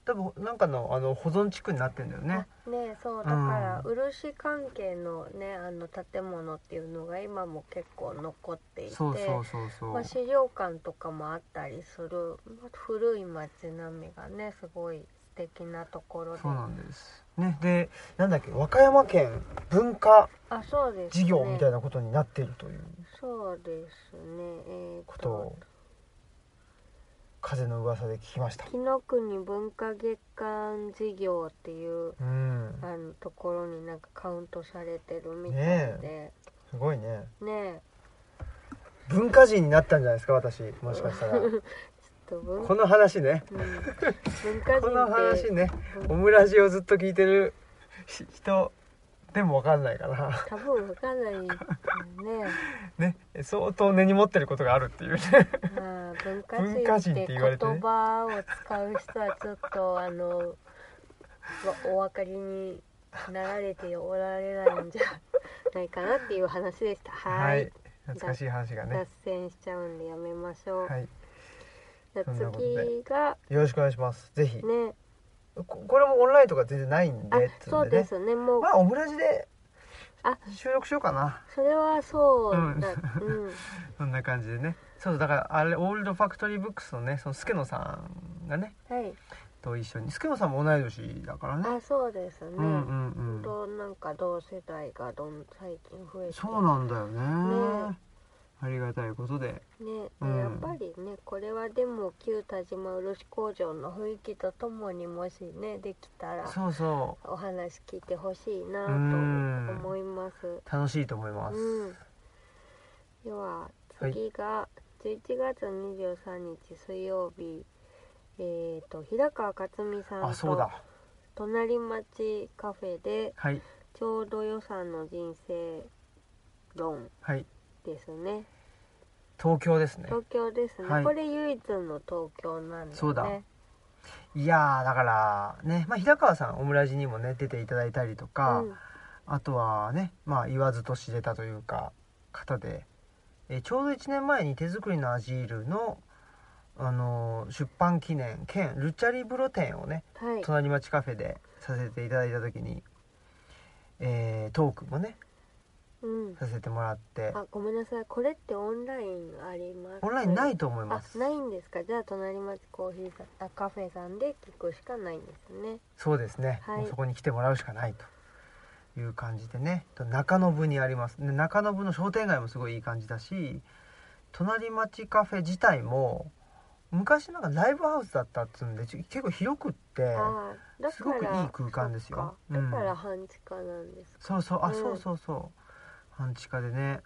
多分なんかのあの保存地区になってんだよねあねそうだから、う漆関係のねあの建物っていうのが今も結構残っていてそうそうそうまそあ、う資料館とかもあったりする、まあ古い街並みがねすごい素敵なところでそうなんですねでなんだっけ和歌山県文化あそうですね事業みたいなことになっているというそうですねえー、こととを風の噂で聞きました紀の国文化月間事業っていううんあのところになんかカウントされてるみたいですごいねねえ文化人になったんじゃないですか私もしかした らちょっと文,、この話ねうん、文化この人って話ねオムラジをずっと聞いてるひ人でもわかんないから多分わかんないよねね相当根に持ってることがあるっていうねまあ文化文化人人っ言ってて言われてね葉を使う人はちょっとあのわお分かりになられておられないんじゃないかなっていう話でしたはい、懐かしい話が脱ね線しちゃうんでやめましょう、はいじゃそんなあことで次がよろしくお願いしますぜひねここれもオンラインとか全然ないんあでつそんでうでねすねもうまあオムラジであ収録しようかなそれはそうだ、ううんそんな感じでねそうだからあれオールドファクトリーブックスのねその助野さんがねはいと一緒に助野さんも同い年だからねあそうですね、うんうんうんとなんか同世代がどん最近増えてそうなんだよねねありがたいことでね、うんやっぱりねこれはでも旧田島漆工場の雰囲気とともにもしねできたらそうそお話聞いてほしいうなうとん思います。楽しいと思います、うん、では次が11月23日水曜日、えー、と平川克美さあんそうとだ隣町カフェではいちょうど予算の人生論はいですね東京ですね東京ですね、はいこれ唯一の東京なんですねそうだいやーだからね、まあ、平川さんオムラジにもね出ていただいたりとか、うんあとはね、まあ、言わずと知れたというか方で、えーちょうど1年前に手作りのアジールの、あのー出版記念兼ルチャリブロ展をねはい隣町カフェでさせていただいた時に、えートークもねうんさせてもらってあごめんなさいこれってオンラインありますオンラインないと思いまあすないんですかじゃあ隣町コーヒーさんあカフェさんで聞くしかないんですねそうですね、はいもうそこに来てもらうしかないという感じでねと中延にありますで中延の商店街もすごいいい感じだし隣町カフェ自体も昔なんかライブハウスだったっつうんでち結構広くってああだからすごくいい空間ですよそっうんかだから半地下なんです、そうそうあ、うんそうそうそう半地下でね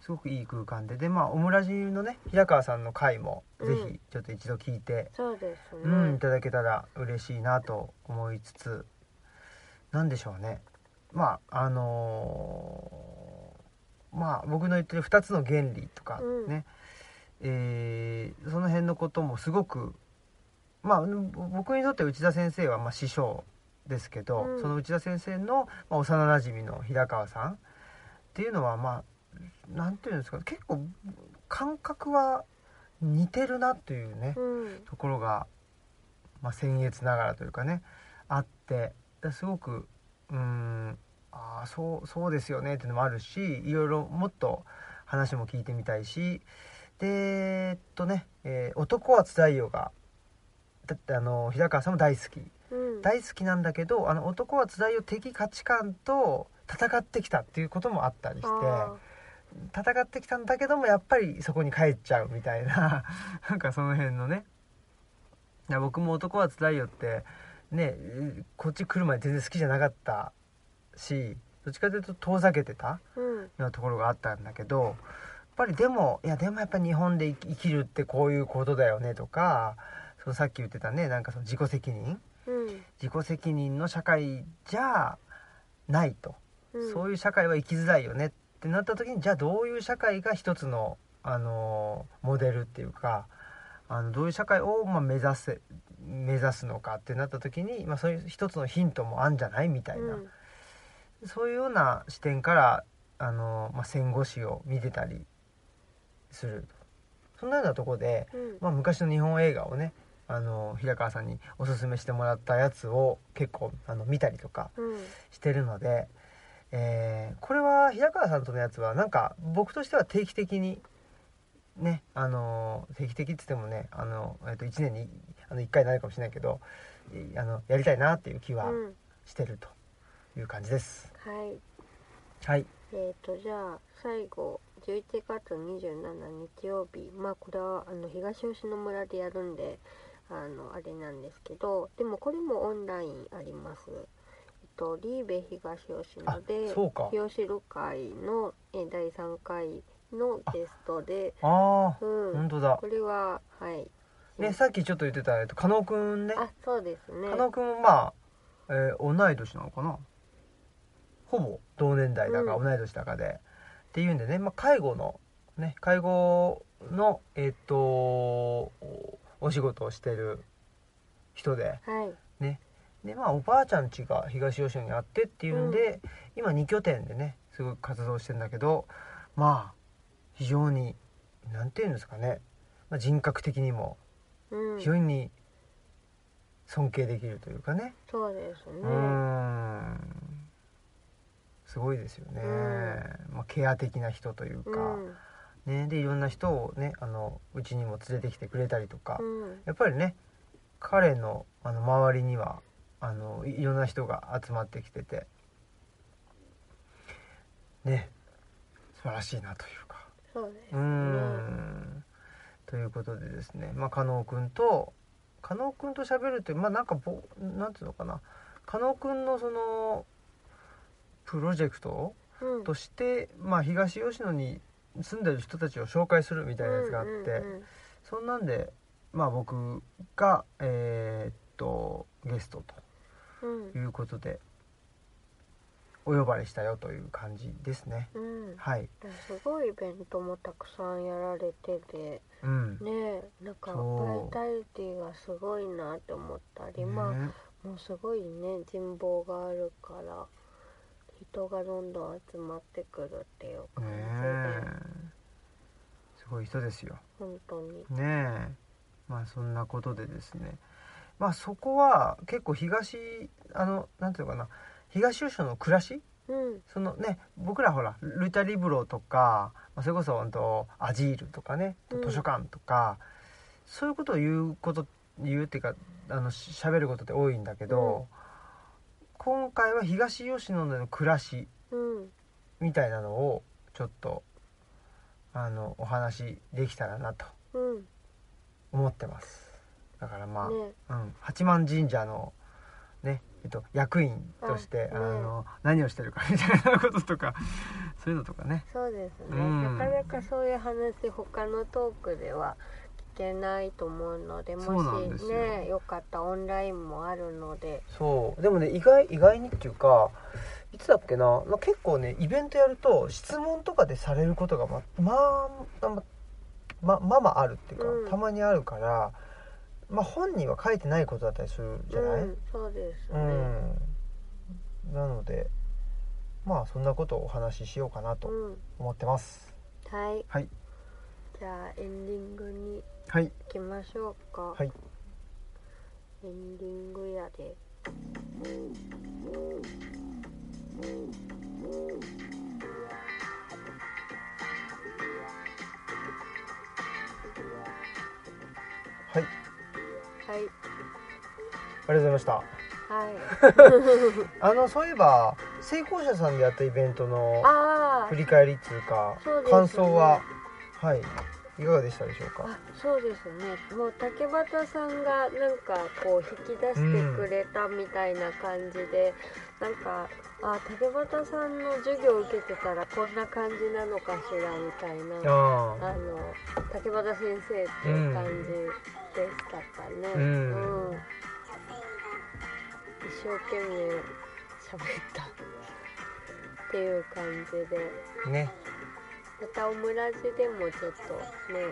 すごくいい空間ででまあオムラジのね平川さんの回もぜうひんちょっと一度聞いて、そうですね、うん、いただけたら嬉しいなと思いつつ何でしょうねまああのーまあ僕の言ってる2つの原理とかうんね、えーその辺のこともすごくまあ僕にとって内田先生はまあ師匠ですけど、うんその内田先生のまあ幼なじみの平川さんっていうのはまあなんていうんですか結構感覚は似てるなというね、うんところが、まあ、僭越ながらというかねあってですごくうーんああそうそうですよねっていうのもあるしいろいろもっと話も聞いてみたいしでえっとね、えー男はつらいよ」がだってあの平川さんも大好きうん大好きなんだけどあの男はつらいよ的価値観と戦ってきたっていうこともあったりして。あ戦ってきたんだけどもやっぱりそこに帰っちゃうみたいな なんかその辺のねいや僕も「男はつらいよ」ってねえこっち来る前全然好きじゃなかったしどっちかというと遠ざけてたよーうんうなところがあったんだけどやっぱりでもいやでもやっぱ日本で生き生きるってこういうことだよねとかそのさっき言ってたねなんかその自己責任うん自己責任の社会じゃないと。うんそういう社会は生きづらいよねってなった時にじゃあどういう社会が一つの、あのーモデルっていうかあのどういう社会を、まあ、目指せ目指すのかってなった時に、まあ、そういう一つのヒントもあんじゃないみたいな、うんそういうような視点から、あのーまあ、戦後史を見てたりするそんなようなところで、うんまあ、昔の日本映画をねあのー平川さんにおすすめしてもらったやつを結構あの見たりとかうんしてるので、えーこれは平川さんとのやつはなんか僕としては定期的にねあのー定期的って言ってもねあの、えっと1年にあの1回になるかもしれないけどいあのやりたいなっていう気はうんしてるという感じです。はいはいえー、とじゃあ最後11月27日曜日まあこれはあの東吉野村でやるんであのあれなんですけどでもこれもオンラインあります。えっと、リーベ東吉あ野でそうか吉野会のえー第3回のゲストで、あうあ本ん、当だこれははい。ねさっきちょっと言ってた、えっと、加納くんねあそうですね加。納くんもまあ、えー同い年なのかなほぼ同年代だか、うん同い年だかでっていうんでね、まあ、介護の、ね、介護のえっとおお仕事をしてる人ではい。で、まあ、おばあちゃん家が東吉野にあってっていうんで、今2拠点でねすごく活動してんだけどまあ非常に何て言うんですかね、まあ、人格的にもうん非。常に尊敬できるというかね、そうですねう。ーんすごいですよね、まあ、ケア的な人といううか、ん。ね、でいろんな人をねあのうちにも連れてきてくれたりとか、うん。やっぱりね彼のあの周りにはあのいいろんな人が集まってきててね素晴らしいなというか。そうですうーね。んということでですね、まあ、加納くんと加納くんと喋るってまあなんかぼなんていうのかな加納くんのそのプロジェクトうんとして、まあ、東吉野に住んでる人たちを紹介するみたいなやつがあって、うんうんうんそんなんで、まあ、僕がえーっとゲストうんということでお呼ばれしたよという感じですね。うん、はい、すごいイベントもたくさんやられててうん、ねえなんかそうバイタリティがすごいなって思ったり、まあねもうすごいね人望があるから人がどんどん集まってくるっていう感ねじで、えすごい人ですよ。本当にねえまあそんなことでですねまあそこは結構東あのなんていうのかな東吉野の暮らしうんそのね僕らほらルタリブロとか、まあ、それこそ本当アジールとかねうん図書館とか、そういうことを言うこと言うっていうかあのし喋ることって多いんだけど、今回は東吉野での暮らしうんみたいなのをちょっとあのお話できたらなとうん思ってますだからまあ、ねうん、八幡神社のねえっと、役員として、ああねの何をしてるかみたいなこととかそういうのとかねそうですね、うんなかなかそういう話他のトークでは聞けないと思うのでそうなもんですしよねよかったらオンラインもあるのでそうでもね意外意外にっていうかいつだっけな、まあ、結構ねイベントやると質問とかでされることがままあまままあまああるっていうか、うんたまにあるから、まあ、本人は書いてないことだったりするじゃない、うん、そうですうね、ん、なのでまあそんなことをお話ししようかなとうん思ってます、はいはいじゃあエンディングにはい行きましょうかはいエンディングやではいありがはいとうございましたはいあのそういえば成功者さんでやったイベントのああ振り返りっていうかそうですね感想ははいいかがでしたでしょうかあそうですねもう竹俣さんがなんかこう引き出してくれたみたいな感じで、なんかあ竹俣さんの授業受けてたらこんな感じなのかしらみたいなああの竹俣先生っていう感じでしたかね、うんうん一生懸命喋ったっていう感じで。あねまたオムラジでもちょっとね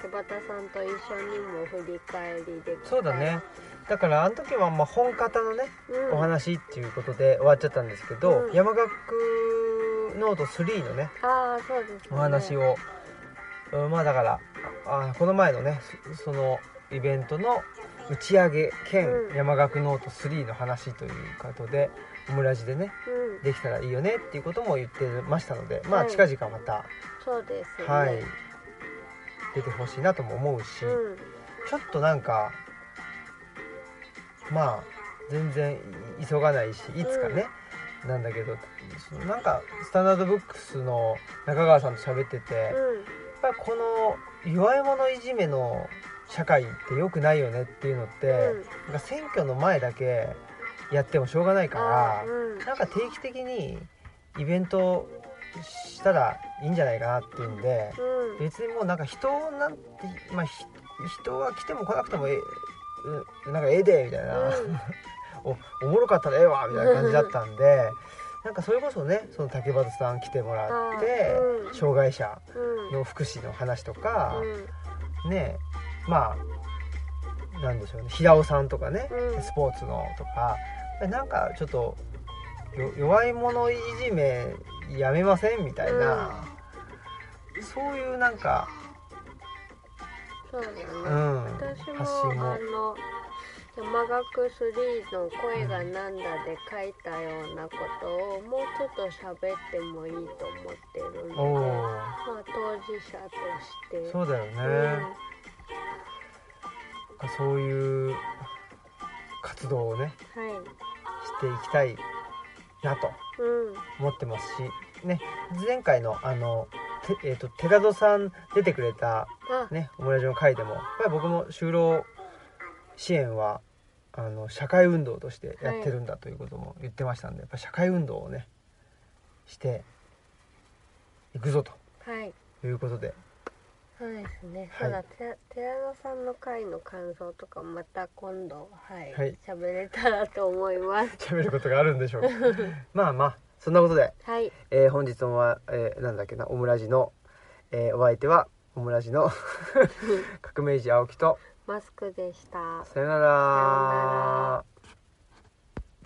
竹俣さんと一緒にも振り返りできたそうだねだからあの時はまあ本型のねうおん話っていうことで終わっちゃったんですけど、うん山岳ノート3のねああそうですねお話をを、うんまあだからああこの前のねそそのイベントの打ち上げ兼うん山岳ノート3の話ということでオムラジでねうんできたらいいよねっていうことも言ってましたのでまあはい近々また、そうですねはい出てほしいなとも思うし、うんちょっとなんかまあ全然い急がないしいつかね、なんだけどそのなんかスタンダードブックスの中川さんと喋ってて、やっうんぱりこの弱い者いじめの社会って良くないよねっていうのって、うなんんか選挙の前だけやってもしょうがないから。あーうんなんか定期的にイベントしたらいいんじゃないかなっていうんでうん別にもうなんか人をなんてまあひ人は来ても来なくてもええうなんかええでみたいな、おおもろかったらええわみたいな感じだったんでなんかそれこそねその竹俣さん来てもらってあーうん障害者うんの福祉の話とかうんねまあなんでしょうね平尾さんとかね、うんスポーツのとかなんかちょっとよ弱い者いじめやめませんみたいな、そういうなんか、そうだねう、ん、私発信ももあの山岳3の声がなんだで書いたようなことをもうちょっと喋ってもいいと思ってるおのでおーまあ、当事者としてそうだよね、なんかそういう活動をねうん、はいしていきたいなとうん思ってますし、ね、前回のあの、てえー、と寺戸さん出てくれたあ、ね、オムラジの回でもやっぱり僕も就労支援はあの社会運動としてやってるんだということも言ってましたんで、やっぱ社会運動をねしていくぞとはいいうことでそうですね、はいただて寺田さんの回の感想とかまた今度はいはい喋、れたらと思います喋ることがあるんでしょうかまあまあそんなことで、はいえー本日もは、えーなんだっけなオムラジの、えーお相手はオムラジの革命児青木とマスクでしさたよなさよならら。